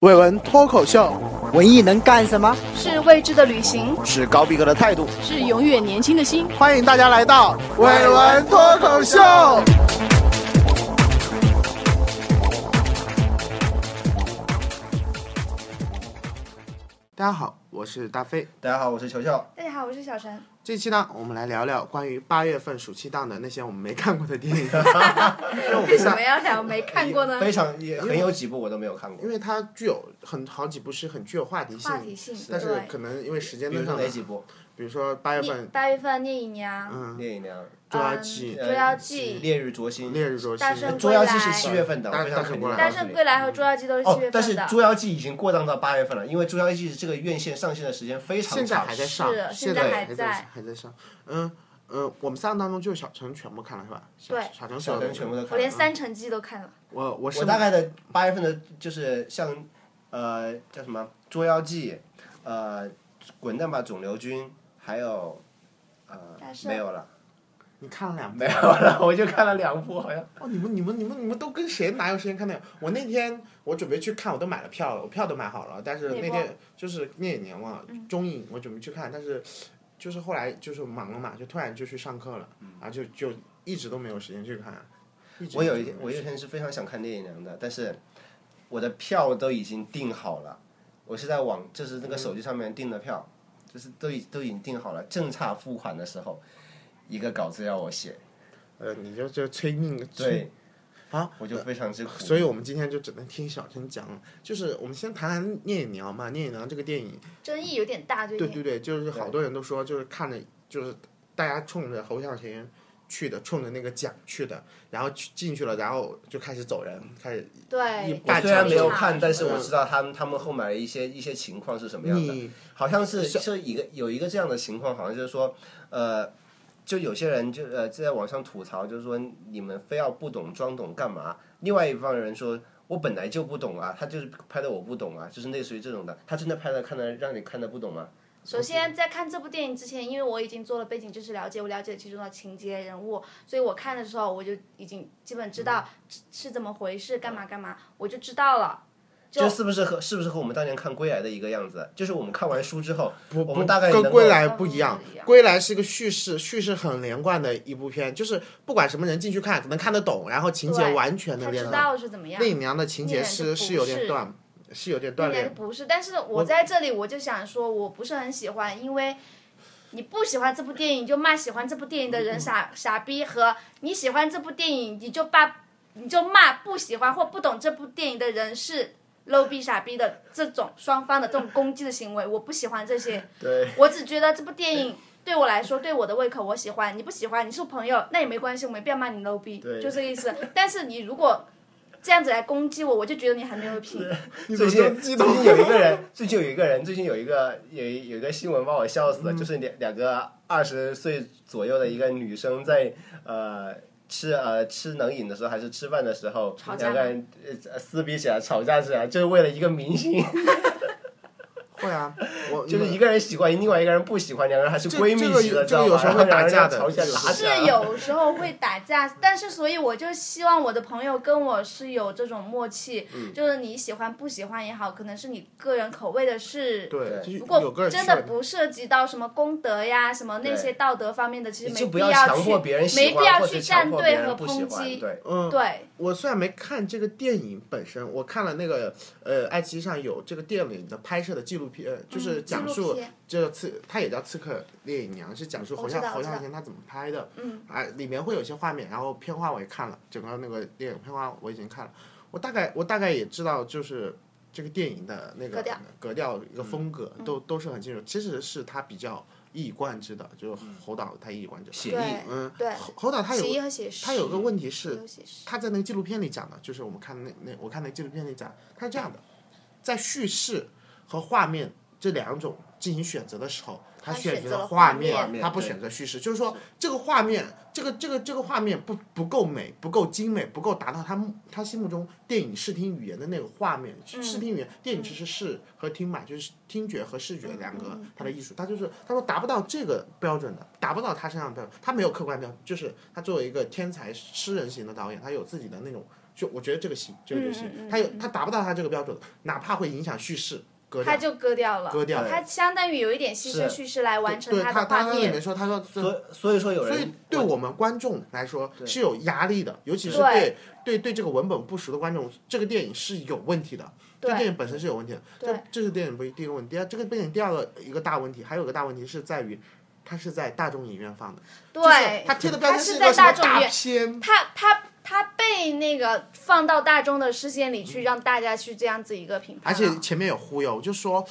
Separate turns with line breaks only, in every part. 伟文脱口秀，
文艺能干什么？
是未知的旅行，
是高逼格的态度，
是永远年轻的心。
欢迎大家来到伟文脱口秀。大家好，我是大飞。
大家好，我是球球。
大家好，我是小陈。
这期呢，我们来聊聊关于八月份暑期档的那些我们没看过的电影。
为什么要聊没看过呢？
非常也很有几部我都没有看过
因，为它具有很好几部是很具有话题性，
话题性
但是
对
可能因为时间
比如
的
说
上，
哪几部？
比如说八月份，
八月份《聂隐娘》
嗯，
电影呢？
捉妖
嗯
记、
捉妖记
呃烈日灼心。
烈日灼
大
心
圣、
捉妖记是七月份的，
大
我非常肯定。
大
大圣归来》和《捉妖记》都是七
哦
月，
但
份
是
的，
《捉妖记》已经过档到八月份了，因为《捉妖记》这个院线上线的时间非常长，
现在还在上，
是
现
现
在
还
还
在
在
还在上。嗯嗯，我们三个当中就小陈全部看了是吧？小
对
小陈所
小
有
灯
的
全部都看了。
我连三成记都看了。
我我是
我大概的八月份的，就是像呃叫什么《捉妖记》，呃，《滚蛋吧肿瘤君》，还有呃
但是
没有了，
你看了两部
没有了，我就看了两部，好像。
哦，你们你们你们你们都跟谁哪有时间看电影？我那天我准备去看，我都买了票了，我票都买好了，但是那
哪
天就是那一年嘛，
嗯
中影我准备去看，但是就是后来就是忙了嘛，就突然就去上课了，然后就就一直都没有时间去看。啊一直
嗯我有
都
一
没
天，
时
我有一
间
天是非常想看《聂隐娘》的，但是我的票都已经订好了，我是在网，就是那个
嗯
手机上面订的票，就是都已都已经订好了，正差付款的时候，一个稿子要我写，
呃，你就就催命催
对，
啊，
我就非常之苦。
所以我们今天就只能听小陈讲，就是我们先谈谈《聂隐娘》嘛，《聂隐娘》这个电影，
争议有点大，最
对对
近
对，就是好多人都说，就是看着就是大家冲着侯孝贤去的，冲着那个奖去的，然后去进去了，然后就开始走人，开始
对
一
有
我
大
虽然
场
没有
景
看，但是
嗯
我知道他们他们后面的一些一些情况是什么样的。
你
好像是是一个有一个这样的情况，好像就是说，呃，就有些人就呃在网上吐槽，就是说你们非要不懂装懂干嘛？另外一帮人说。我本来就不懂啊，他就是拍的我不懂啊，就是类似于这种的。他真的拍的看的让你看的不懂吗？
首先，在看这部电影之前，因为我已经做了背景知识了解，我了解其中的情节、人物，所以我看的时候我就已经基本知道是是怎么回事、干嘛干嘛，我就知道了。
这是不是和是不是和我们当年看《归来》的一个样子？就是我们看完书之后，
不
我
不
们大概
跟
能
《
够
归来》
嗯
不一样，
不一
《
样
归来》是一个叙事，叙事很连贯的一部片，就是不管什么人进去看，能看得懂，然后情节
对
完全
他
能连
知
上。
道是怎么样。
聂隐娘的情节
聂
是
隐
是
不
有点
是
断，是有点断
应该
裂
是不是，但是我在这里我就想说，我不是很喜欢，因为你不喜欢这部电影，就骂喜欢这部电影的
嗯
人傻傻逼，和你喜欢这部电影，你就把你就骂不喜欢或不懂这部电影的人是 low 逼傻逼的这种双方的这种攻击的行为，我不喜欢这些。
对
我只觉得这部电影对我来说，对我的胃口，我喜欢。你不喜欢，你是我朋友，那也没关系，我没必要骂你 low 逼，
对
就这个意思。但是你如果这样子来攻击我，我就觉得你很没有品。
最
怎么这
近
么激
最
动
近有一个人，最近有一个人，最近有一个有一有一个新闻把我笑死了，就是
嗯
两两个二十岁左右的一个女生在呃吃呃吃冷饮的时候还是吃饭的时候
吵，架
两
吗
个人呃撕逼起来吵架起来，就是为了一个明星，
会啊，我
就是
你
一个人喜欢另外一个人不喜欢，两个人还是
这
闺蜜
这个
级的，知
这个
道
有
吧？
时候
然
会
后两个
打架
人
的
吵起来
是
打起来
是
了。
有时候会打架，但是所以我就希望我的朋友跟我是有这种默契，
嗯
就是你喜欢不喜欢也好，可能是你个人口味的事。
对，
对
就是有
如果
个人
真
去
的
了
不涉及到什么功德呀、什么那
对
些道德方面的，其实
你
没
就不
必
要强迫
去，
别人喜
没必
欢，
要
或
去
者强
站
迫别
队和
人不喜
抨
欢。
击。
对，
嗯，
对，
我虽然没看这个电影本身，我看了那个呃，爱奇艺上有这个电影的拍摄的纪录片，呃就是讲
嗯纪录
述
片
这刺，它也叫《刺客聂隐娘》，是讲述侯
我知
孝
道
侯
我知
孝
道
贤他怎么拍的，
嗯，
啊，里面会有一些画面，然后片花我也看了，整个那个电影片花我已经看了，我大概我大概也知道就是。这个电影的那个
格调嗯
格调一个
嗯
风格都都是很清楚，其实是他比较一以贯之的，就是侯导他一以贯之。
嗯写
对
意
嗯，
对
侯侯导他有
写意和写实，
他有个问题是
有写实
他在那个纪录片里讲的，就是我们看的那那我看那纪录片里讲，他是这样的，在叙事和画面这两种进行选择的时候，他
他选
选择
择了
画
画面
画面
他不
对
选择叙事，就是说这个画面，这个这个这个画面不不够美，不够精美，不够达到他目他心目中电影视听语言的那个画面，
嗯
视听语言，电影其实是和听嘛，就是听觉和视觉
嗯
两个他的艺术，他就是他说达不到这个标准的，达不到他身上的标准，他没有客观标准，就是他作为一个天才诗人型的导演，他有自己的那种就我觉得这个行，这个就行
嗯嗯。嗯
他有他达不到他这个标准，哪怕会影响叙事，割
他
掉。
就割掉了，
割掉
他相当于有一点牺牲
是
叙事来完成
对他，
的
他
画
刚里
面。
面说，他说所
所以所以说有
所以
人
对我们观众来说是有压力的，尤其是
对
对对对这个文本不熟的观众，这个电影是有问题的。这
对
电影本身是有问题的，
对
这这是电影不第一个问题。第二，这个电影第二个一个大问题，还有一个大问题是在于，它是在大众影院放的，就是
对，
它贴的标签
它
是
是
一个
在
什么
大众影
大
院，
片，
他他他被那个放到大众的视线里
嗯
去，让大家去这样子一个评判啊
而
了。
且前面有忽悠，就说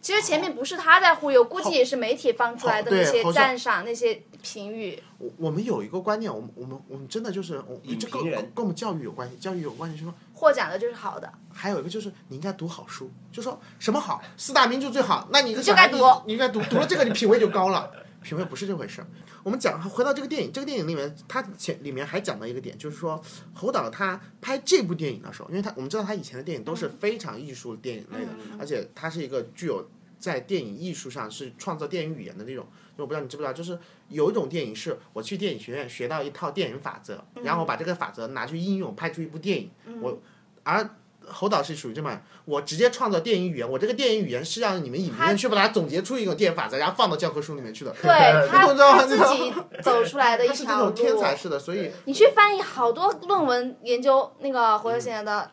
其实前面不是他在忽悠，估计也是媒体放出来的
好
那
对
些
好像
赞赏、那些评语。
我我们有一个观念，我们我们我们真的就是，我
影
这
评
跟跟
人
跟我们教育有关系，教育有关系，就说
获奖的就是好的，
还有一个就是你应该读好书，就说什么好，四大名著最好，那你一个
你就
小孩
该
子
读，
你应该读，读了这个你品味就高了。品味不是这回事儿。我们讲回到这个电影，这个电影里面，它前里面还讲到一个点，就是说侯导他拍这部电影的时候，因为他我们知道他以前的电影都是非常艺术电影
嗯
类的，而且他是一个具有在电影艺术上是创造电影语言的那种。就我不知道你知不知道，就是有一种电影是我去电影学院学到一套电影法则，然后
嗯
我把这个法则拿去应用，拍出一部电影。我而侯导是属于这么，我直接创造电影语言，我这个电影语言是让你们影
他
院去把它总结出一种电影法则，然后放到教科书里面去的。
对
你
他
懂这种
他自 己走出来的一
他是这
条路
种。天才式的，所以
你去翻译好多论文研究那个侯孝贤的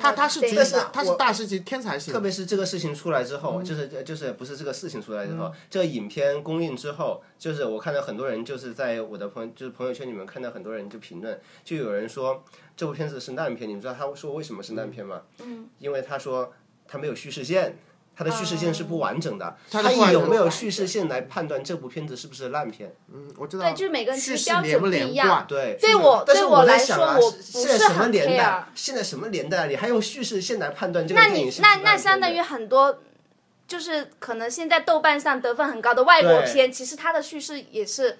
嗯
个
他他是
电
绝对
影的，
是他是
我
大师级天才型
特。别是这个事情出来之后，就是就是不是这个事情出来之
嗯
后，这个影片公映之后，就是我看到很多人就是在我的朋友就是朋友圈里面看到很多人就评论，就有人说这部片子是烂片，你们知道他说为什么是烂片吗？嗯，因为他说他没有叙事线。他的叙事线是
哦
不完整的，
它
他
是不完整的
以有没有叙事线来判断这部片子是不是烂片？
嗯，我知道
对，。就是每个人
叙
其实
事
标
连
准
不
不
连
一样
贯。。
对，
对我
但是
对我
在
来
想
说，
啊
我
是
不
现在
是
什么
很
年代
care？？
现在什么年代？你还用叙事线来判断这个
那
电
你
影是不是
那
烂片？
那相当于很多，就是可能现在豆瓣上得分很高的外国
对
片，其实它的叙事也是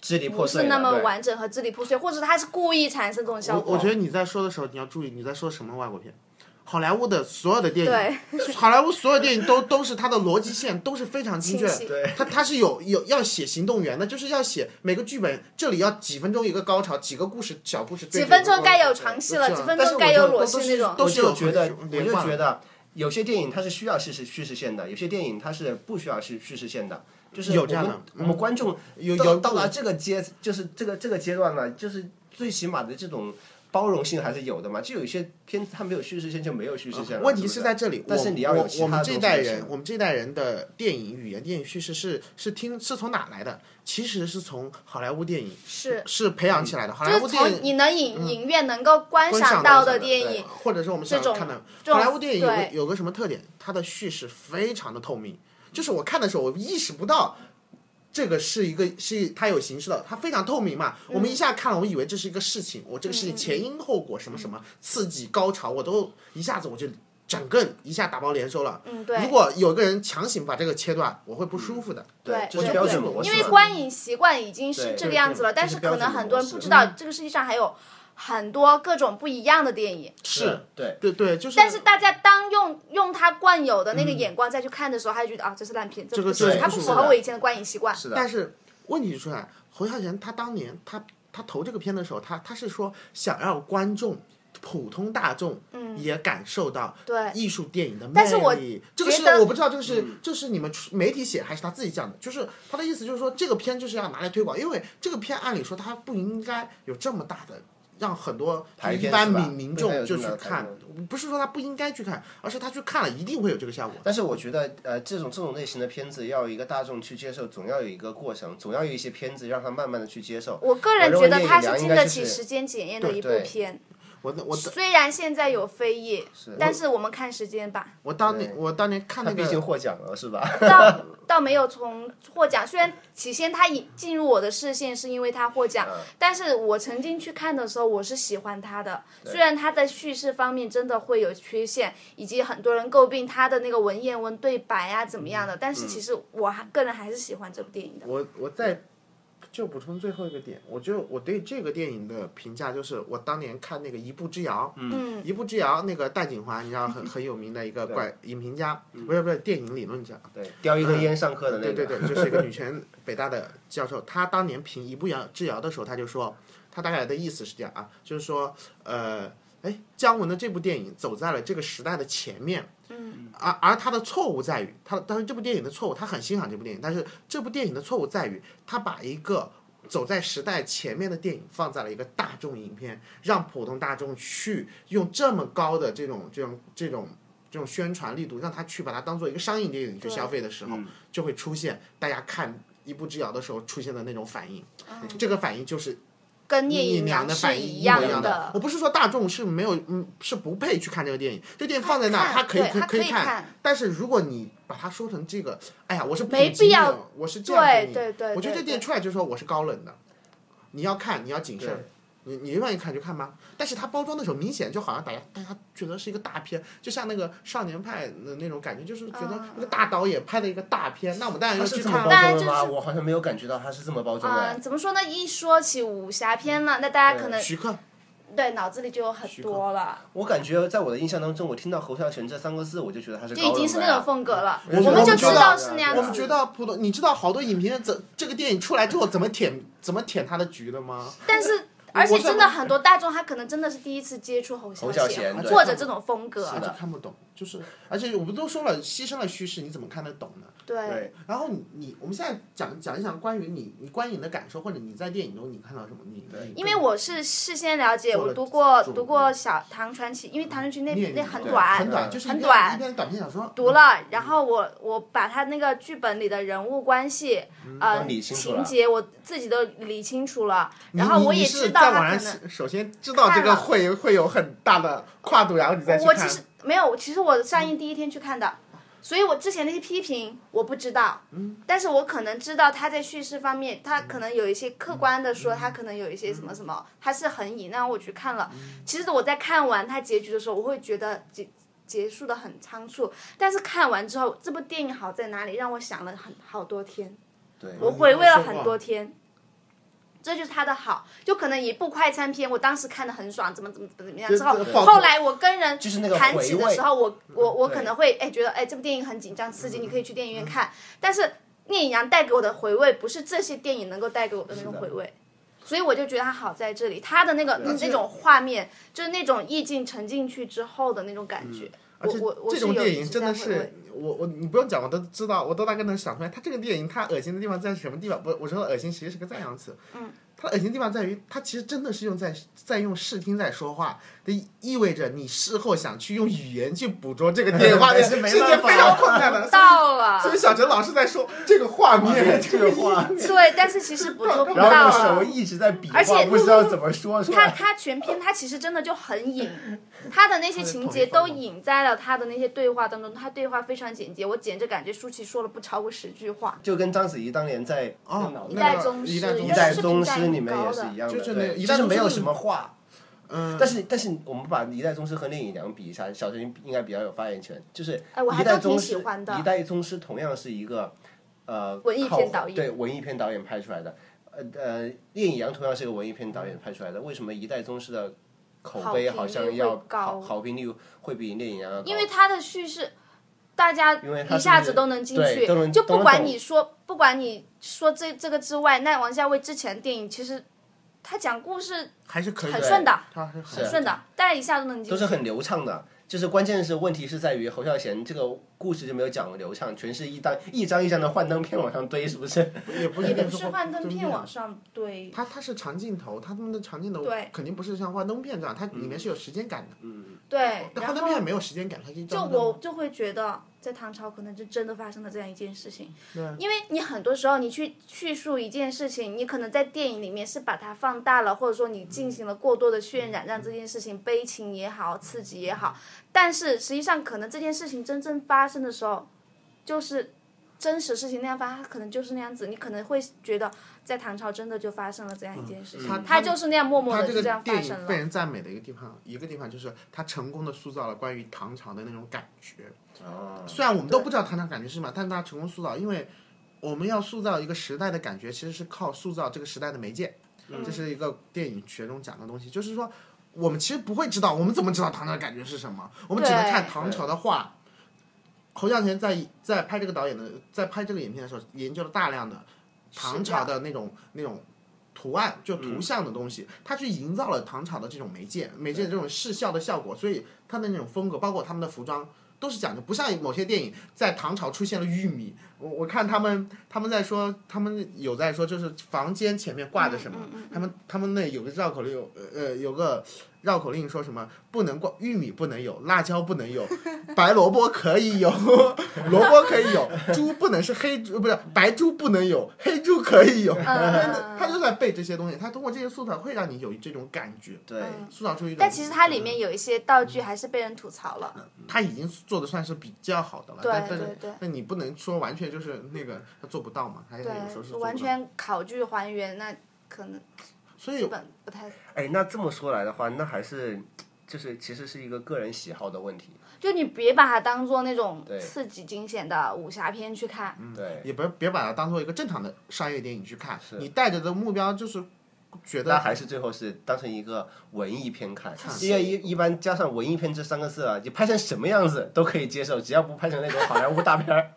支离破
不
碎
是
的，
那么
对
完整和支离破碎，或者它是故意产生这种效
我
果。
我觉得你在说的时候，你要注意你在说什么外国片。好莱坞的所有的电
对
影， 好莱坞所有电影都 都是它的逻辑线都是非常精确
清晰
的，
对。
它它是有有要写行动源的，就是要写每个剧本这里要几分钟一个高潮，几个故事小故事，
几分
哦
钟该有床戏了，
对
几分
但是
钟
我
该
觉
有
得
裸
都
戏
都
那种。
都
我
是有
就觉得，我
连
就
贯
觉
的
得有些电影它是需要叙事叙事线的，有些电影它是不需要叙叙事线的。就是
有
我
这样
们
的嗯
我们观众
有
到
有
到达这个阶，就是这个这个阶段了，就是最起码的这种包容性还是有的嘛。就有一些片子它没有叙事线就没有叙事线了。
呃啊问
是
题
不
是在这里，
但
我
是你要有
我
其
我
他
们
的
这
东
一
西
代
就行
人，我们这一代人的电影语言、电影叙事是是听是从哪来的？其实是从好莱坞电影
是，嗯
是培养起来的。好
就
莱
是
坞电
从
影
你能影
嗯
影院能够观
观赏
赏到
到
的
的
电
对
影，
或者是我们想
这种
看的
这
好
种
莱坞电影有个
对
有个什么特点？它的叙事非常的透明，就是我看的时候我意识不到。这个是一个是它有形式的，它非常透明嘛。我
嗯
们一下看了，我们以为这是一个事情，我这个事情前因后果什么
嗯
什么刺激高潮，我都一下子我就整个一下打包连收了。
嗯，
如
对嗯
果有个人强行把这个切断，我会不舒服的。
对，
对
这是
对
标
对
准模式
因
嘛。
为观影习惯已经是
对
这个样子了，
对对
但
这
是
是标
可
准
能很多人
模式
不知道这个世界上还有很多各种不一样的电影。
是，
对，
对对，就是。
但是大家当用用他惯有的那
嗯
个眼光再去看的时候，他就觉得啊，这是烂片，
这个
不行
对，
它
不
不
是
符
的
合我以前的观影习惯。
是的。
但是问题就出来，侯孝贤他当年他他投这个片的时候，他他是说想让观众。普通大众也感受到
嗯对
艺术电影的魅力，
但是我
这个
觉
是
得
我不知道，这个是
嗯
这是你们出媒体写还是他自己讲的？就是他的意思就是说，这个片就是要拿来推广，因为这个片按理说它不应该有这么大的让很多
排
一
片
般
是吧
民民
不应该
众
有
就
这
去
么大的
看
排，
不是说他不应该去看，而是他去看了一定会有这个效果。
但是我觉得，呃，这种这种类型的片子要有一个大众去接受，总要有一个过程，总要有一些片子让他慢慢的去接受。
我个人
我
觉
认为
得
聂
它
远
是
应
经
该
得
就
起
是
时间检验的一部
对
片。
我我
虽然现在有非议，但是我们看时间吧。
我当年我当年看
他
那个
毕竟获奖了，是吧？
倒倒没有从获奖，虽然起先他引进入我的视线是因为他获奖，
嗯
但是我曾经去看的时候，我是喜欢他的。虽然他在叙事方面真的会有缺陷，以及很多人诟病他的那个文
嗯
言文对白啊怎么样的，但是其实我还个人还是喜欢这部电影的。
我我再就补充最后一个点，我就我对这个电影的评价就是，我当年看那个《一步之遥》，嗯，《一步之遥》那个戴景华，你知道很很有名的一个怪影评家，不是不是电影理论家，
对，叼一根烟上课的那
对
个，
对对，就是一个女权北大的教授，她当年评《一步遥之遥》的时候，她就说，她大概的意思是这样啊，就是说，呃，哎，姜文的这部电影走在了这个时代的前面。嗯，而而他的错误在于，他但是这部电影的错误，他很欣赏这部电影，但是这部电影的错误在于，他把一个走在时代前面的电影放在了一个大众影片，让普通大众去用这么高的这种这种这种这种宣传力度，让他去把它当做一个商业电影去消费的时候，就会出现大家看一步之遥的时候出现的那种反应。这个反应就是
嗯跟聂
聂
隐
隐
娘
的
是
反应
一
一模
样
一样
的。
我不是说大众是没有，嗯，是不配去看这个电影，这电影放在那儿，
他
它可以
对
可以
他
可
以
以看。，但是如果你把它说成这个，哎呀，我是
没
普及
必要
的，我是这样
对
你
对对，
我觉得
对
这电影出来就说我是高冷的，你要看你要谨
对
慎，你你愿意看就看吧。但是它包装的时候，明显就好像大家大家觉得是一个大片，就像那个少年派的那种感觉，就是觉得一个大导演拍的一个大片，那我们当然
他
要
是
去
这么
看
包
了。
当然
装的吗？
就是
我好像没有感觉到他是这么包装的。哎
嗯，怎么说呢？一说起武侠片呢，那大家可能
徐克，
对脑子里就有很多了，
我感觉在我的印象当中，我听到侯孝贤这三个字，我就觉得他是
就
高冷
已经是那种嗯风格了。
我
们就
我
知
觉得
道是那样
我们
子
觉。得普通，你知道好多影评人怎这个电影出来之后怎么舔怎么舔他的局的吗？
但是，而且
我
真的很多大众，他可能真的是第一次接触侯
侯孝
贤
贤对
或者这种风格
啊他就
了。
看不懂，就是而且我们都说了，牺牲了叙事，你怎么看得懂呢？
对，
对，
然后你你我们现在讲讲一讲关于你你观影的感受，或者你在电影中你看到什么？你
对
你
因为我是事先了解，
做
我
了
读过
做了
读过小唐传奇，因为唐传奇那
你也
那很
对
短，
很短，就是一
很
篇
短
一篇短篇小说。嗯
读了，然后我我把他那个剧本里的人物关系、
嗯
呃
都理清楚了
情节我自己都理清楚了，
你
然后
你
我
你
也
是
知道
在网
他可能
上首先知道这
看了
个会会有很大的跨度，然后你再去
我
看。
其实没有，其实我上映第一天去看的，所以我之前那些批评我不知道，但是我可能知道他在叙事方面，他可能有一些客观的说，他可能有一些什么什么，他是很引让我去看了。其实我在看完他结局的时候，我会觉得结结束的很仓促，但是看完之后，这部电影好在哪里，让我想了很好多天，
对
我回味了很多天。这就是它的好，就可能一部快餐片，我当时看的很爽，怎么怎么怎么样，之后
这这爆
后来我跟人
就是那个
谈
回
起的
味嗯
时候，我我我
对嗯
可能会哎觉得哎这部电影很紧张刺激，你可以去电影院看。但是《聂隐娘》带给我的回味，不是这些电影能够带给我的那
是
种
的啊
回味，所以我就觉得它好在这里，它的那个
而且
那种画面，就是那种意境沉进去之后的那种感觉。
而
我
且
我我
这
是
种
有
电
一
影
直
真
在
的
回
是
味。
我我你不用讲，我都知道，我都大概能想出来。他这个电影他恶心的地方在什么地方？不，我说的恶心其实是个赞扬词。嗯，他的恶心的地方在于，他其实真的是用在在用视听在说话，这意味着你事后想去用语言去捕捉这个电影画面
是没办法
一件非常困难的。
嗯
所以
到了，
所以小陈老师在说这个画 面，
这个话，
对，但是其实捕捉不
然后
到
那个手
了。
一直在比划
而且，
不知道怎么说出
他
来。
他全篇他其实真的就很引，他的那些情节都引在了他的那些对话当中，他对话非常简洁，我简直感觉舒淇说了不超过十句话。
就跟章子怡当年在
哦
那
一
个哦
代宗师，
一代宗
一
师
代
是
宗
评价
师
很
里面
高
也
的
是一样的，
就是没有
对
一
就
代
是没有
宗师
什么话。
嗯，
但是但是我们把一代宗师和聂隐娘比一下，小陈应该比较有发言权。就是
哎我还
一代
都挺
宗
喜
师
欢的，
一代宗师同样是一个呃
文艺
靠
片导演
对文艺片导演拍出来的。呃呃，聂隐娘同样是个文艺片导演拍出来的，为什么一代宗师的口碑
好
好
评率
像
会
要
高
好好评率会比聂隐娘要高？
因为他的叙事，大家
因为它
一
是
下子都能进去
对都能，
就
都
不
能
管
懂
你说不管你说这这个之外，那王家卫之前的电影其实他讲故事
还是可以
很
的，
顺的，
他还是很
很顺的，大家一下都能
啊
进
都
去
是。很流畅的。就是关键是问题是在于侯孝贤这个故事就没有讲流畅，全是一张一张一张的幻灯片往上堆，是不是？
也不一
也
定
不是
说
幻灯
真
片
面
往上堆，
它它是长镜头，它们的长镜头
对
肯定不是像幻灯片这样，它里面是有时间感的。
嗯
对，
但
然
幻灯
后
片没有时间感，它就一
就
张
我就会觉得，在唐朝可能就真的发生了这样一件事情，
啊
因为你很多时候你去叙述一件事情，你可能在电影里面是把它放大了，或者说你
嗯
进行了过多的渲染，让这件事情悲情也好，刺激也好，但是实际上可能这件事情真正发生的时候，就是。真实事情那样发，它可能就是那样子。你可能会觉得，在唐朝真的就发生了这样一件事情，
它
它就是那样默默
它
的
嗯这
就这样
个
发
电
生
影
了
被。人赞美的一个地方，一个地方就是它成功的塑造了关于唐朝的那种感觉。
哦，
虽然我们都不知道唐朝感觉是什么，但是它成功塑造，因为我们要塑造一个时代的感觉，其实是靠塑造这个时代的媒介，
嗯
这是一个电影学中讲的东西，就是说我们其实不会知道，我们怎么知道唐朝的感觉是什么？我们只能
对
看唐朝的画。侯孝贤在在拍这个导演的在拍这个影片的时候，研究了大量的唐朝的那种那种图案，就图像的东西，他去营造了唐朝的这种媒介，媒介的这种视效的效果，所以他的那种风格，包括他们的服装。都是讲究，不像某些电影在唐朝出现了玉米。我我看他们他们在说，他们有在说，就是房间前面挂着什么，他们他们那有个绕口令，有呃有个绕口令说什么不能挂玉米不能有，辣椒不能有，白萝卜可以有， 萝卜可以有，猪不能是黑猪，呃不是白猪不能有，黑猪可以有。
嗯
他就在背这些东西，他通过这些素材会让你有这种感觉，
对，
塑造出一种。
嗯但其实它里面有一些道具还是被人吐槽了。
他已经做的算是比较好的了，
对
但但
对
是
对
那你不能说完全就是那个他做不到嘛，哎他有时候是
对，
做不到
完。全考据还原，那可能
所
基
以
本不太。
哎，那这么说来的话，那还是就是其实是一个个人喜好的问题。
就你别把它当做那种
对
刺激惊险的武侠片去看。
对，
嗯也别别把它当做一个正常的商业电影去看，你带着的目标就是觉
那
得
还是最后是当成一个文艺片看，因为一一般加上文艺片这三个字啊，你拍成什么样子都可以接受，只要不拍成那种好莱坞大片儿。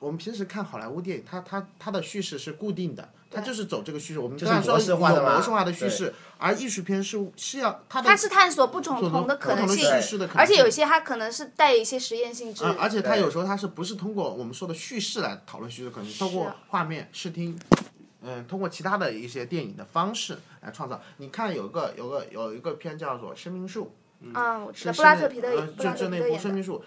我们平时看好莱坞电影，它它它的叙事是固定的，它就是走这个叙事。我们
就是
刚才说
模式化的
有
嘛
模式化的叙事，而艺术片是是要它的
它是探索不同同的可能性
不同的叙事的可，能
而
性
且有些它可能是带一些实验性质。
啊，而且它有时候它是不是通过我们说的叙事来讨论叙事可能性，通过画面、视听，嗯，通过其他的一些电影的方式来创造。你看有个有个有一个片叫做《生命树》，
嗯，我知道
是
布拉
是
特
那
皮特
呃
布拉
就
特
就
皮
那
特
部《
演
生
的。
命树》，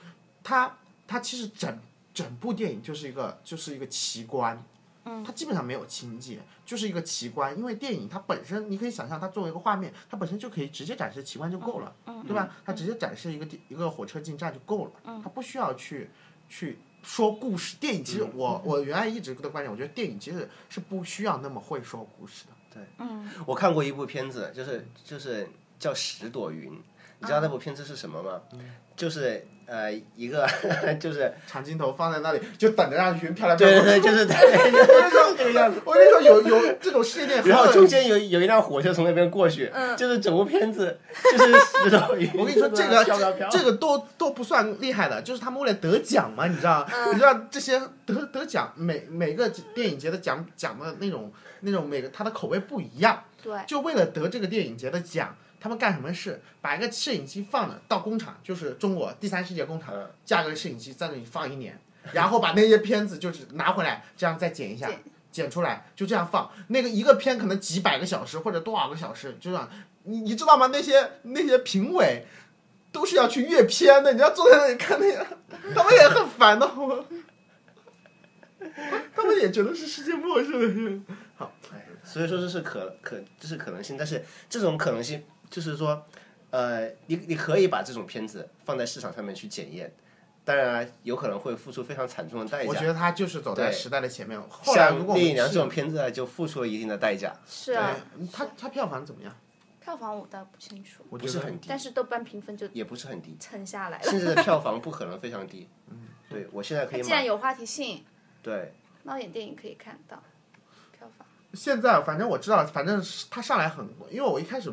它它其实整整部电影就是一个就是一个奇观。
嗯
它基本上没有情节，就是一个奇观。因为电影它本身，你可以想象它作为一个画面，它本身就可以直接展示奇观就够了，
嗯
对吧？它直接展示一个地一个火车进站就够了，它不需要去去说故事。电影其实我、我原来一直的观点，我觉得电影其实是不需要那么会说故事的。
我看过一部片子，就是就是叫《十朵云》，你知道那部片子是什么吗？就是呃一 个就是
长镜头放在那里，就等着让云飘来飘
对
去。
对对，就是对。
我跟你说这个样 子，我跟你说有有这种世界电影
然
好
后
有
中 间有有一辆火车从那边过去，就是整部片子就是十朵云。
我跟你说，这
飘飘
个
飘
这个都都不算厉害的，就是他们为了得奖嘛，你知道？你知道这些得得奖，每每个电影节的奖奖的那种那种每个它的口味不一样，
对，
就为了得这个电影节的奖，他们干什么事？把一个摄影机放了到工厂，就是中国第三世界工厂
嗯，
架个摄影机在那里放一年，然后把那些片子就是拿回来，这样再剪一下
剪。
剪出来就这样放，那个一个片可能几百个小时或者多少个小时，就这样，你你知道吗？那些那些评委都是要去阅片的，你要坐在那里看那个，他们也很烦的， 我，他们也觉得是世界末日的。
所以说这是可可这是可能性，但是这种可能性就是说，呃，你你可以把这种片子放在市场上面去检验，当然啊有可能会付出非常惨重的代
我觉
价。
得他就是走在
对
时代的前面。后来如
像
果我
聂
们
隐娘这
是
种片子啊，就付出了一定的代价，
是啊，
对嗯他他票房怎么样？
票房我倒不清楚，
我
不
觉
是
得
很低，
但是豆瓣评分就
也不是很低，
撑下来了。
甚至票房不可能非常低。
嗯
对我现在可以
既然
买，
有话题性，
对，
猫眼电影可以看到票房。
现在反正我知道，反正是他上来很，因为我一开始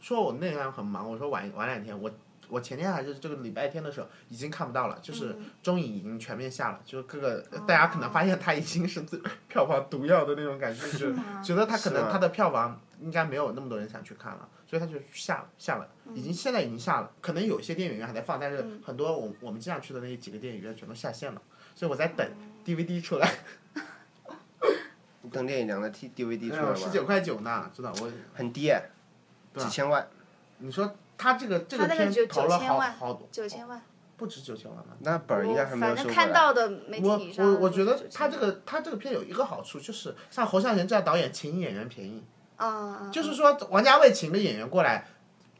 说我那样很忙，我说晚晚两天，我我前天还是这个礼拜天的时候已经看不到了，就是中影已经全面下了，就是各个大家可能发现他已经是最 票房毒药的那种感觉，就是觉得他可
是
能
吗
他的票房应该没有那么多人想去看了，所以他就下了下了，已经现在已经下了，可能有些电影院还在放，但是很多我我们经常去的那几个电影院全都下线了，所以我在等 DVD 出来。
你等聂隐娘的 T D V D 出来
啊十
吗？
九块九呢，知道我。
很低耶，
对啊
几
吧
千万，
你说他这个这
他那个
片
只有
投
九
了
千
好
万
好多，
九千万，
不止九千万吧？
那本儿应
我
该还没有收
反正
回
看
来。
到的媒
啊我
体上
我
都是9000万，
我觉得他这个他这个片有一个好处，就是像侯孝贤这样导演请演员便宜，
啊，
就是说王家卫请个演员过来，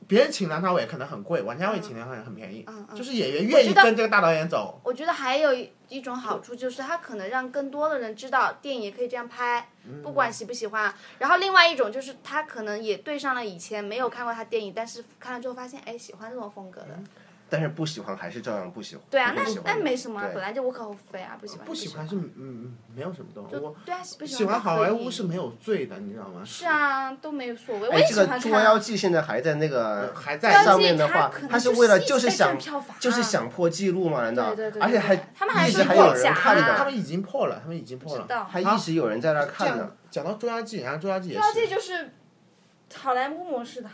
别人请梁朝伟可能很贵，王
嗯
家卫请梁朝伟很便宜，就是演员愿意
我知道
跟这个大导演走。
嗯我觉得还有一一种好处就是，它可能让更多的人知道电影也可以这样拍，
嗯
不管喜不喜欢。然后另外一种就是，
嗯
他可能也对上了以前没有看过他电影，但是看了之后发现，哎，喜欢这种风格的。
但是不喜欢还是照样不喜欢。
对啊，
不
那
喜欢
那没什么啊，
对
本来就无可厚非啊，不喜欢
不喜欢是嗯嗯没有什么的，我
对啊，不
喜
喜
欢
欢
好莱坞
是
是没有罪的，你知道吗？
是啊，都没有所谓，我
哎
也，
这
喜
个
欢
《
看
捉
啊。
妖记》现在还在那个
呃还
捉妖
在
记
上面的话
它可，能
它是
就是
为了
一
就
直
是
在
想
赚票房
就是想破记录嘛，难道
啊对对对？
而且
对
还
他们还
一
是
直还有
作假啊
人看
他
的，
们已经破了，他们已经破
知
了。
道，
还一直有人在那儿
这
看呢。
样讲到《捉妖记》，然后《捉妖记》也
然后这
是，
就是好莱坞模式的，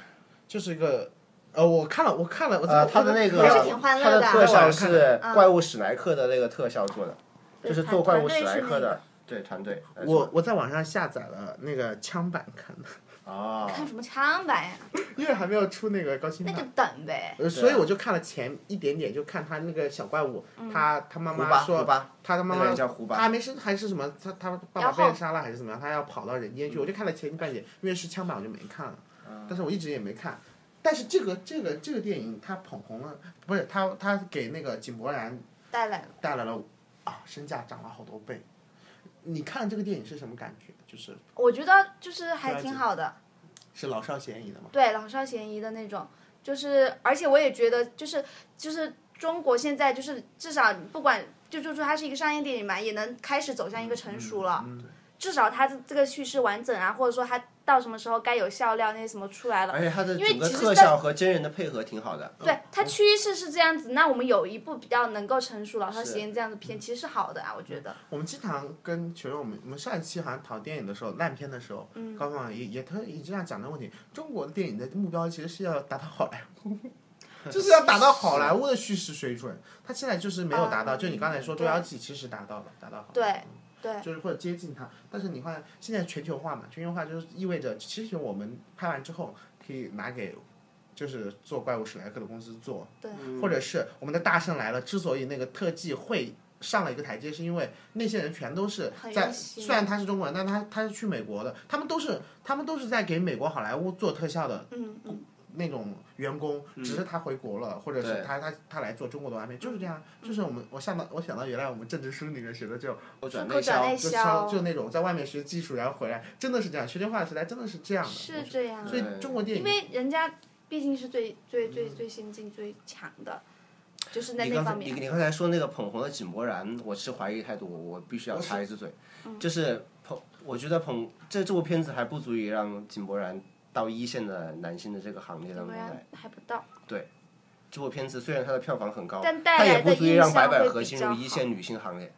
就是一个呃，我看了，我看了，我
呃，
他
他的那
还
个
是挺欢乐
他
的
的特效是
嗯
怪物史莱克的那个特效做的，就是做怪物史莱
团
克
队是
的
那个，
对团队来做
我我在网上下载了那个枪版看的，
的啊，
看什么枪版呀，
因为还没有出那个高清
那就
版。
等呗。
呃，所以我就看了前一点点，就看他那个小怪物，
嗯
他他妈
胡
妈
巴胡
说，
巴，
他的妈
那个
妈
人叫胡
他
巴，
还没生还是什么，他他爸
然
爸
后
被人杀了还是怎么样，他要跑到人
嗯
间去，我就看了前半截，因为是枪版我就没看了，但是我一直也没看。但是这个这个这个电影它捧红了，不是它它给那个井柏然
带来了，
带来了啊身价涨了好多倍。你看这个电影是什么感觉？就是
我觉得就是还挺好的，
是老少咸宜的嘛？
对老少咸宜的那种，就是而且我也觉得就是就是中国现在就是至少不管就就说它是一个商业电影嘛，也能开始走向一个成熟了。
嗯，
至少它这这个叙事完整啊，或者说它到什么时候该有笑料那些什么出来了。
而且他的
因为
整个
其实
特
在
效和真人的配合挺好的。
嗯
对它趋势是这样子，那我们有一部比较能够成熟老少咸宜这样的
嗯
片，其实是好的啊，我觉得。
我们经常跟球友，我们我们上一期好像讨电影的时候，烂片的时候，
嗯
高胖也也特意这样讲的问题。中国的电影的目标其实是要达到好莱坞，就是要达到好莱坞的叙事水准。他现在就是没有达到，
啊
就你刚才说《
对
捉妖记》其实达到了，达到好。
对。对，
就是或者接近它，但是你看现在全球化嘛，全球化就是意味着，其实我们拍完之后可以拿给，就是做怪物史莱克的公司做，
对，
嗯
或者是我们的大圣来了，之所以那个特技会上了一个台阶，是因为那些人全都是
很
在，
用心
虽然他是中国人，但他他是去美国的，他们都是他们都是在给美国好莱坞做特效的
嗯嗯，
那种员工，只是他回国了，或者
嗯对
是他他他来做中国的外面，就是这样，
嗯
就是我们我想到我想到原来我们政治书里面学的这种。
我转
口
内
转
销
内
就
销
像就那种在外面学技术，然后回来，真的是这样。全球化的时代真的是这样的。
是这样
嗯我，所以嗯
对
中国电
因
影，
为人家毕竟是最最最最先进、最强的，就是在
你
那
刚才
方
你
面。
你刚才说那个捧红的井柏然，我持怀疑态度，我我必须要插一次嘴，
嗯
就是捧，我觉得捧这这部片子还不足以让井柏然到一线的男星的这个行列
要
当
不
中来。
然还不到，
这部片子虽然它的票房很高，
但带
它也
来
不
的
足以
印
让白
象
百
会
合
比
进
较
入
好。
一线女星行列，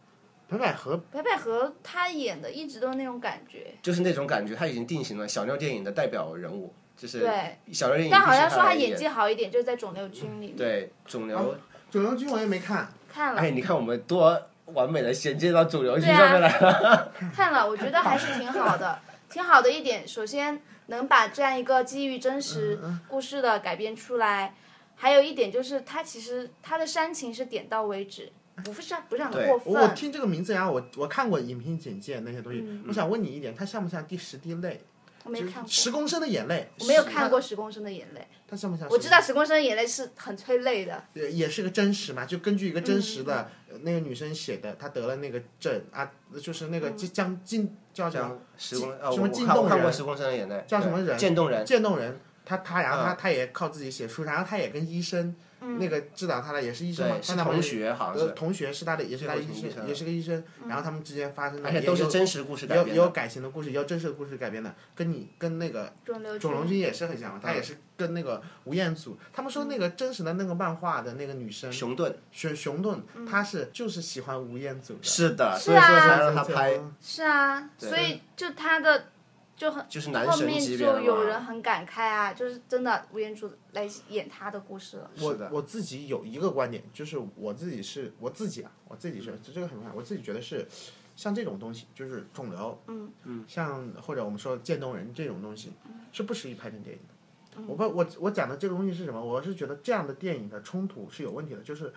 白百合
白百合她演的一直都是那种感觉，
就是那种感觉，她已经定型了小妞电影的代表人物，就是
对。
小妞电影。
但好像说她哦演技好一点，就是在《肿瘤君》里面
对肿瘤，
肿瘤君我也没看，
看
哎，
了
你看我们多完美的衔接到肿瘤剧
对啊
上面来了，
看了，我觉得还是挺 好的。挺好的一点，首先能把这样一个基于真实
嗯
故事的改编出来，还有一点就是它其实它的煽情是点到为止，不是不是很
对
过
我我
分。
听这个名字，然后我我看过影评简介那些东西，我想问你一点，它像不像《第十滴泪
嗯我没》看过，
十公升的眼泪？
我没有看过《十公升的眼泪》，
它，它像不像？
我知道，《十公升的眼泪》是很催泪的，
也也是个真实嘛，就根据一个真实
嗯
的、呃那个女生写的，她得了那个症啊，就是那个
嗯
将将进叫什么
时光呃，
什
我
么
我
渐
看我
冻
看过
人
《时光生的眼泪》，
叫什么
对
人
渐冻人。嗯
渐冻人。她她，然后她她也靠自己写书，然后她也跟医生、
嗯
那个治疗她的也是医生嘛
对，，是
她那好
同
像
学好像
呃，
是，
同学是他的，也是他的
最后
医
一名医
生，
生
也是个医生。
嗯
然后他们之间发生的，
而且
也
都是
有
真实故事
也
改
有
编
也
的。
有感情的故事，也有真实的故事改编的，跟你跟那个
肿瘤
肿瘤
君
君也是很像嘛，他也是跟那个吴彦祖，他们说那
嗯
个真实的那个漫画的那个女生
熊顿
熊熊顿，她是就是喜欢吴彦祖的，嗯
是的，
嗯是
所以说才
啊
让他拍，
是啊，
对
所以就他的就很
就是男
后
神
面
级
就
别的
有
嘛
人很感慨啊，就是真的吴彦祖来演他的故事了。
我
是的
我自己有一个观点，就是我自己是我自己啊，我自己
嗯
是这个很快，我自己觉得是像这种东西，就是肿瘤，嗯嗯，像或者我们说渐冻人这种东西，
嗯
是不适宜拍成电影的。我不我我讲的这个东西是什么？我是觉得这样的电影的冲突是有问题的，就是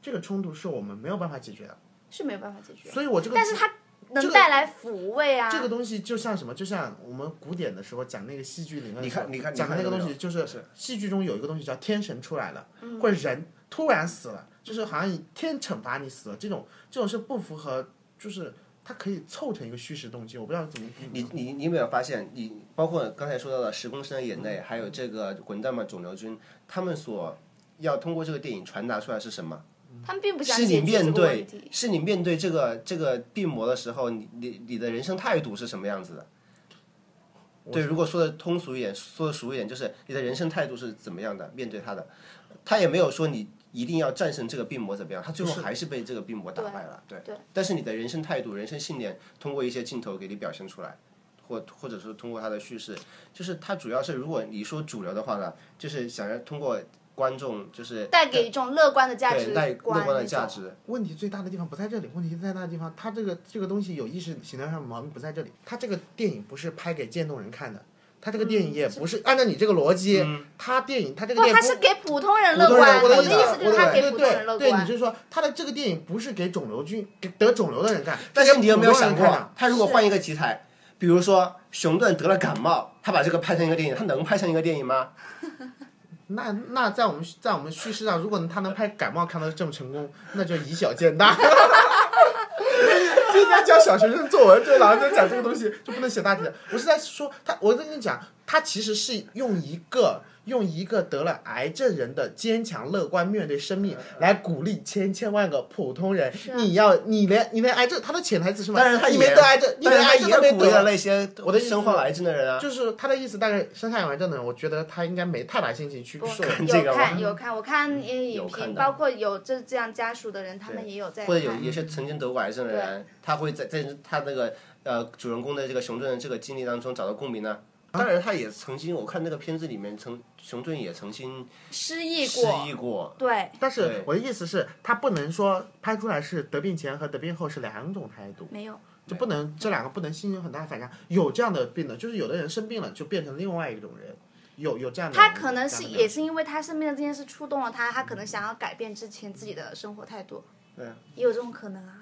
这个冲突是我们没有办法解决的。
是没有办法解决，
所以我这个
但是它
这
能
个
带来抚慰啊。
这个东西就像什么？就像我们古典的时候讲那个戏剧理论的时候，
你看你看你
讲的那
看
个
有没
东西，就
有
是戏剧中有一个东西叫天神出来了，或者人突然死了，就是好像天惩罚你死了，这种这种是不符合，就是它可以凑成一个虚实动机，我不知道怎么。
你你你有没有发现，你
嗯
包括刚才说到的《十公升的眼泪》，还有这个《滚蛋吧肿瘤君》，他们所要通过这个电影传达出来是什么？
他们并不想
是你
解决这
面
个问
对
题。，
是你面对这个这个病魔的时候，你你你的人生态度是什么样子的？对，如果说的通俗一点，说的俗一点，就是你的人生态度是怎么样的面对他的，他也没有说你一定要战胜这个病魔怎么样，他最后还是被这个病魔打败了，对。但是你的人生态度、人生信念，通过一些镜头给你表现出来，或或者是通过他的叙事，就是他主要是如果你说主流的话呢，就是想要通过观众就是
带给一种乐观的价值
对带乐
观
观的
那
价
种
值，
问题最大的地方不在这里，问题最大的地方，它这个这个东西有意识形态上的毛病不在这里。它这个电影不是拍给渐冻人看的，它这个电影也不是按照你这个逻辑，
嗯
它电影它这个
不，
电影
他
不
是给普通人乐
普通
观。
人，
我
的
的
意
思
啊
就是他给
对
普通人乐
对对，你
观。
就说他的这个电影不是给肿瘤菌给得肿瘤的人看，
但
是
是你有没有想过，他如果
啊是
换一个题材，比如说熊顿得了感冒，他把这个拍成一个电影，他能拍成一个电影吗？
那那在我们在我们叙事上，如果他能拍感冒看到这么成功，那就以小见大。 今天教小学生作文，就老师在讲这个东西，就不能写大题了。我是在说他，我在跟你讲，他其实是用一个用一个得了癌症人的坚强乐观面对生命，来鼓励千千万个普通人。你要你连你连癌症，他的潜台词是什么？
当然他
你没
也
得癌症，你
但
连
是他
癌症都
也
没
鼓励
得
了。那些
我的意思
身患癌症的人啊。
就是他的意思，大概生下有癌症的人，我觉得他应该没太大兴趣去
不
说。
看这
有
个
看
吗
有看，我看呃影
有看
评，
的
包括有这这样家属的人，他们也有在
或者有
看
有些曾经得过癌症的人，他会在在他那个呃主人公的这个熊顿的这个经历当中找到共鸣呢。当然，他也曾经，我看那个片子里面，曾熊顿也曾经
失忆
失
过，
忆过，
对，
但是
对
我的意思是，他不能说拍出来是得病前和得病后是两种态度，
没有，
就不能这两个不能形成很大的反差。有这样的病的，就是有的人生病了就变成另外一种人，有有这样的人。
他可能是
这样的
也是因为他身边的这件事触动了他，他可能想要改变之前自己的生活态度，
对啊
也有这种可能啊。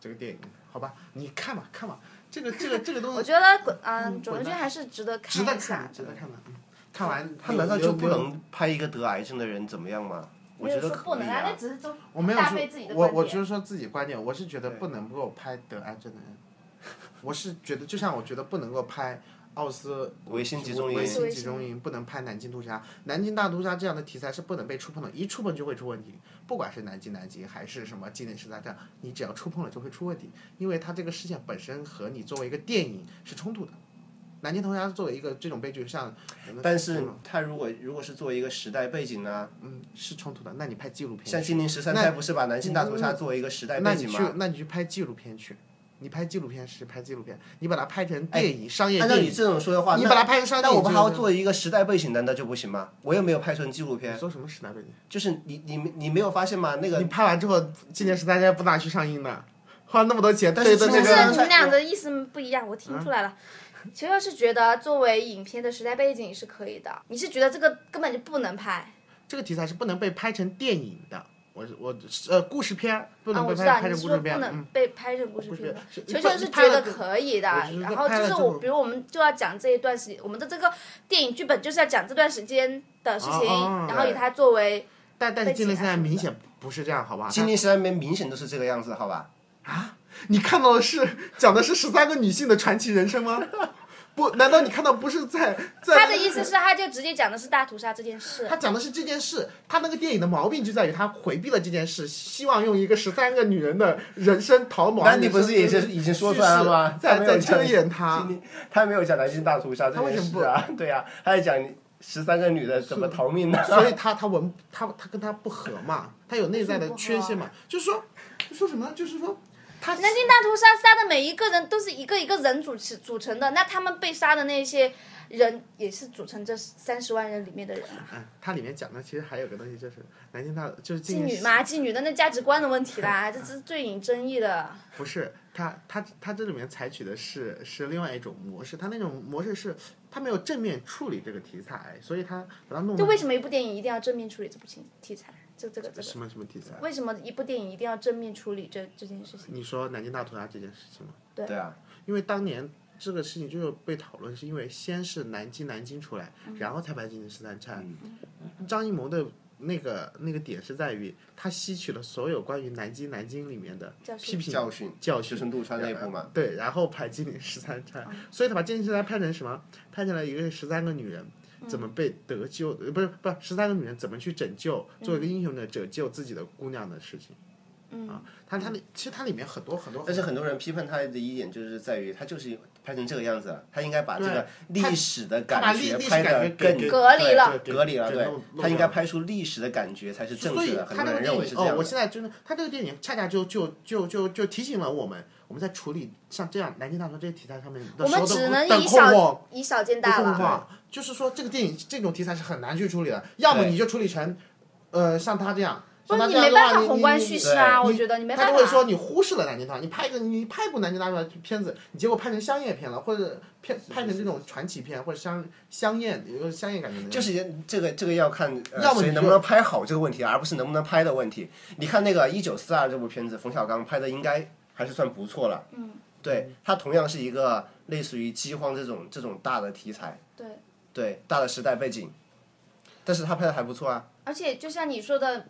这个电影，好吧，你看吧看吧，这个这个这个东
我
西
觉得滚，嗯，
嗯
肿瘤君还是值得
值得
看一下
看，值得看的。嗯看完
他难道
留
就不？
留
能拍一个得癌症的人怎么样吗？我
没
觉
有
得
说不
可以
能啊，那
啊。
只是就
我没有
搭
说
配自己，的
我
观
我
点
就是说自己观点，我是觉得不能够拍得癌症的人，我是觉得就像我觉得不能够拍奥斯
维新集中
维
营，
新集中营不能拍南京屠杀，南京大屠杀这样的题材是不能被触碰的，一触碰就会出问题。不管是南京南京还是什么纪念十大战，你只要触碰了就会出问题，因为它这个事件本身和你作为一个电影是冲突的。南京屠杀作为一个这种悲剧，像
但是他如果如果是作为一个时代背景呢、
嗯是冲突的，那你拍纪录片去，
像《金陵十三
那嗯
钗》不是把南京大屠杀作为一个时代
那
背
你
景
去
吗？
那你去拍纪录片去，你拍纪录片是拍纪录片，你把它拍成电影、商业
哎按照
电
你
影，
这种说的话，
你
那
把它拍成商业
那
电
我
影，
们还要做一个时代背景，难道就不行吗？我又没有拍成纪录
你
片，
说什么时代背景？
就是你你你没有发现吗？啊那
你
个
拍完之后，今年十大家不拿去上映呢，花那么多钱，
但
对
是
的那
今
不
年
是
个嗯
十三
你们俩的意思不一样，我听出来了。其实是觉得作为影片的时代背景是可以的，你是觉得这个根本就不能拍
这个题材是不能被拍成电影的。我我呃，故事片儿不
啊？
能
我
被
知
拍、
道
拍
你
成故事
说不
片。
能被拍成故事
故事
片
片
吧，
是
球球
你
是
拍
觉
了个
得可以的
我觉得。
然后
拍
就
了
是
这
我，
种
比如我们就要讲这一段时，我们的这个电影剧本就是要讲这段时间的事情，
啊啊
然后以它作为
但但是
被
今年
挤
现
压
在
什么
明
的
显不是这样，好吧？
《金陵十三钗》明显都是这个样子，好吧？
你看到的是讲的是十三个女性的传奇人生 吗？不，难道你看到不是在在
他的意思是，他就直接讲的是大屠杀这件事
他。讲的是这件事，他那个电影的毛病就在于他回避了这件事，希望用一个十三个女人的人生逃亡。
那你不是也是已经说出来了吗？
在
他没
在
有讲
遮掩他
金。陵他没有讲南京大屠杀这
他为
件
什么
事啊，对啊，他还讲十三个女的怎么逃命 的。
所以他他文他他跟他不合嘛，他有内在的缺陷嘛，就是
啊
说，就说什么呢？就是说，他
南京大屠杀杀的每一个人都是一个一个人组成组成的，那他们被杀的那些人也是组成这三十万人里面的人啊，
嗯，他里面讲的其实还有个东西，就是南京大就是
妓
今
女
年
嘛，妓女的那价值观的问题啦，这是最引争议的。
不是他他他这里面采取的是是另外一种模式，他那种模式是他没有正面处理这个题材，所以他把它弄得
就为什么一部电影一定要正面处理这部情题材？这这个这个，
什么什么题材？啊
为什么一部电影一定要正面处理这这件事情？
你说南京大屠杀这件事情吗？
对啊，
因为当年这个事情就是被讨论，是因为先是南京南京出来，
嗯
然后才拍《金陵十三钗》。嗯张艺谋的那个那个点是在于，他吸取了所有关于南京南京里面的
教
批评
教训
教
就
训
是陆川那一部嘛。嗯
对，然后拍《金陵十三钗》，所以他把《金陵十三钗》拍成什么？拍成了一个十三个女人，
嗯
怎么被得救，呃不是不是十三个女人怎么去拯救，做
嗯
一个英雄的拯救自己的姑娘的事情。啊，它
嗯
它里其实它里面很多很多，
但是很多人批判他的一点就是在于，他就是拍成这个样子了，他应该把这个历史的
他把
感
历
觉
历史
拍
感
的
觉
更
给
隔离了
对给
隔离了，
给
对
弄，弄
他应
掉
该拍出历史的感觉才是正
所
确
以
的，很
他这个
多人
电
认为是
影
这
哦
样，
我
的。
现在真的，他这个电影恰恰就就就就就提醒了我们，我们在处理像这样南京大屠杀这些题材上面的
我
时候
们
的
只能
的
以
控网
小以小见
不
大
控
了。
况，就是说这个电影这种题材是很难去处理的，要么
对
你就处理成，呃，像他这样，
不
像
是
他
你
这
没
样的话，
办法
你
宏
你
观
你
叙
你
事啊，
你
我觉得你没
他
办
就会说
法。
你忽视了南京大屠杀，你拍一个你拍一部南京大屠杀片子，你结果拍成商业片了，或者片拍成这种传奇片或者香香艳有个香艳感觉的，
就是这个这个要看、呃、
要么
谁
你
能
就
不能拍好这个问题，而不是能不能拍的问题。你看那个《一九四二》这部片子，冯小刚拍的应该还是算不错了。嗯，对，它同样是一个类似于饥荒这种这种大的题材，
对，
对大的时代背景，但是他拍的还不错啊。
而且就像你说的，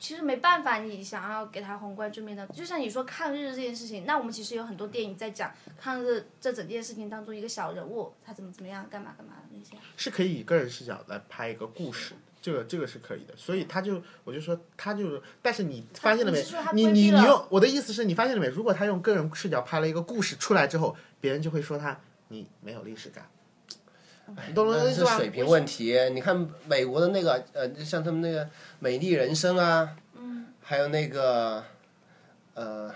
其实没办法，你想要给他宏观正面的，就像你说抗日这件事情，那我们其实有很多电影在讲抗日这整件事情当中一个小人物他怎么怎么样，干嘛干嘛的那些。
是可以以个人视角来拍一个故事，这个这个是可以的。所以他就，我就说他就是，但是你发现了没
你是说他？
你
规
你
避了
你用我的意思是你发现了没？如果他用个人视角拍了一个故事出来之后，别人就会说他你没有历史感，你懂我的
哎那
意思
是
吧？
水平问题。你看美国的那个呃，像他们那个《美丽人生》啊，嗯，还有那个呃，《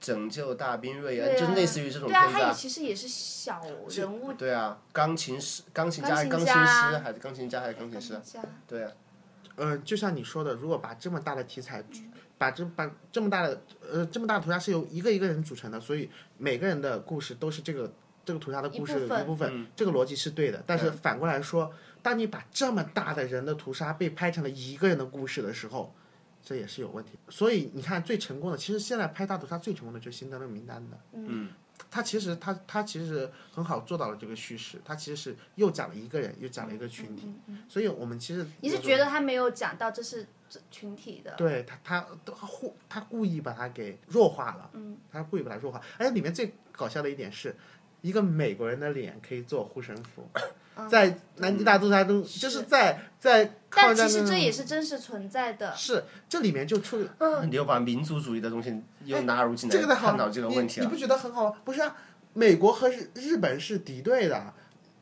拯救大兵瑞恩》
对啊
就是类似于这种
对
片
啊，
子
他也其实也是小人物
对啊，钢琴师、钢琴家、还是钢
钢
琴
琴
师
家
还是钢琴家还是钢琴师？
家。
对啊，
嗯、就像你说的，如果把这么大的题材，把这把这么大的呃这么大的屠杀是由一个一个人组成的，所以每个人的故事都是这个这个屠杀的故事的
一
一
部分
部分，这个逻辑是嗯对的。但是反过来说，当你把这么大的人的屠杀被拍成了一个人的故事的时候，这也是有问题的。所以你看，最成功的，其实现在拍大屠杀最成功的就是《辛德勒名单》的。嗯，他其实他他其实很好做到了这个叙事，他其实是又讲了一个人，又讲了一个群
嗯
体。所以我们其实
你是觉得他没有讲到这是这群体的？
对他，他他故他故意把它给弱化了，嗯，他故意把它弱化。哎，里面最搞笑的一点是，一个美国人的脸可以做护身符，
嗯
在南极大屠杀中，就是在在抗
但
日战争
其实这
中
也是真实存在的。
是这里面就出
嗯，你又把民族主义的东西又纳入进来，
这个的好
探讨这个问题
你，
了
你。不觉得很好吗？不是啊，美国和日日本是敌对的。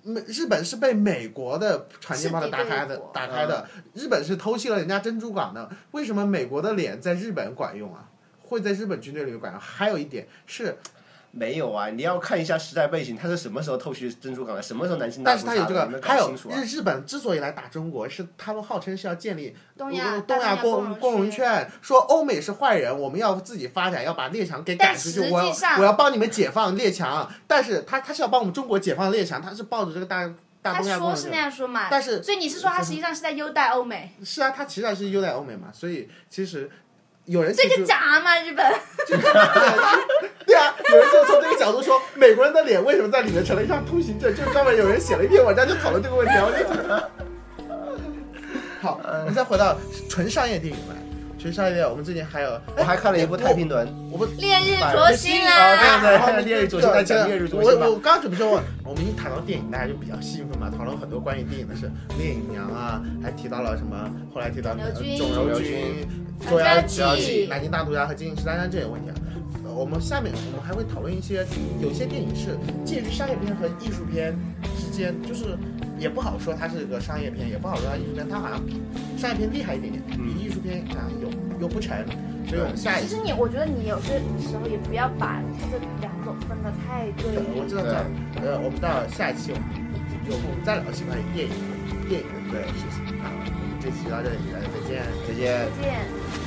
美日本是被美国的船舰炮的打开的
是敌对国，
嗯
打开的。日本是偷袭了人家珍珠港的，为什么美国的脸在日本管用啊？会在日本军队里面管用？还有一点是，
没有啊，你要看一下时代背景，他是什么时候偷袭珍珠港的，什么时候南京大
但是
屠杀
它
的，
有这
你
个
们，搞
还有
清楚啊
日。日本之所以来打中国，是他们号称是要建立
东亚
东
大
亚
东亚
共
共荣
荣圈，说欧美是坏人，我们要自己发展，要把列强给赶
但
出
实
去，
际
我要
上
我要帮你们解放列强。但是他他是要帮我们中国解放列强，他是抱着这个大大
他
东亚共
说
荣
是那
圈。
样说嘛，
但是
所以你是说他实际上是在优待欧美？
是啊，他其实还是优待欧美嘛，所以其实有人
这
提出
个假嘛，日 本。
对啊，有人就从这个角度说，美国人的脸为什么在里面成了一张通行证？就专门有人写了一篇文章，就讨论这个问题。然后就觉得，好，我们再回到纯商业电影来，纯商业电影，我们最近还有，哎
我还看了一部《太平轮》，
我们。
烈日灼心啊啦！
对
然后
对对，烈日灼心，他讲烈日灼心吧
我我。刚准备说，我我们一谈到电影，大家就比较兴奋嘛，讨论很多关于电影的事，烈影娘啊，还提到了什么，后来提到
刘军
肿瘤君、啊捉
张
妖
家
记
记、
南京大屠杀和金陵十三钗这些问题啊。呃我们下面我们还会讨论一些，有些电影是介于商业片和艺术片之间，就是也不好说它是个商业片，也不好说它艺术片，它好像比商业片厉害一点点，
嗯
比艺术片啊有又不成，所以我们下一期
其实你，我觉得你有些时候也不要把这两种分的太对
呃我
立。
知道这样，呃，我们到下一期我们有空再聊关于电影电影的事情啊，我们这期到这里，大家再见。
再见。
再见。
嗯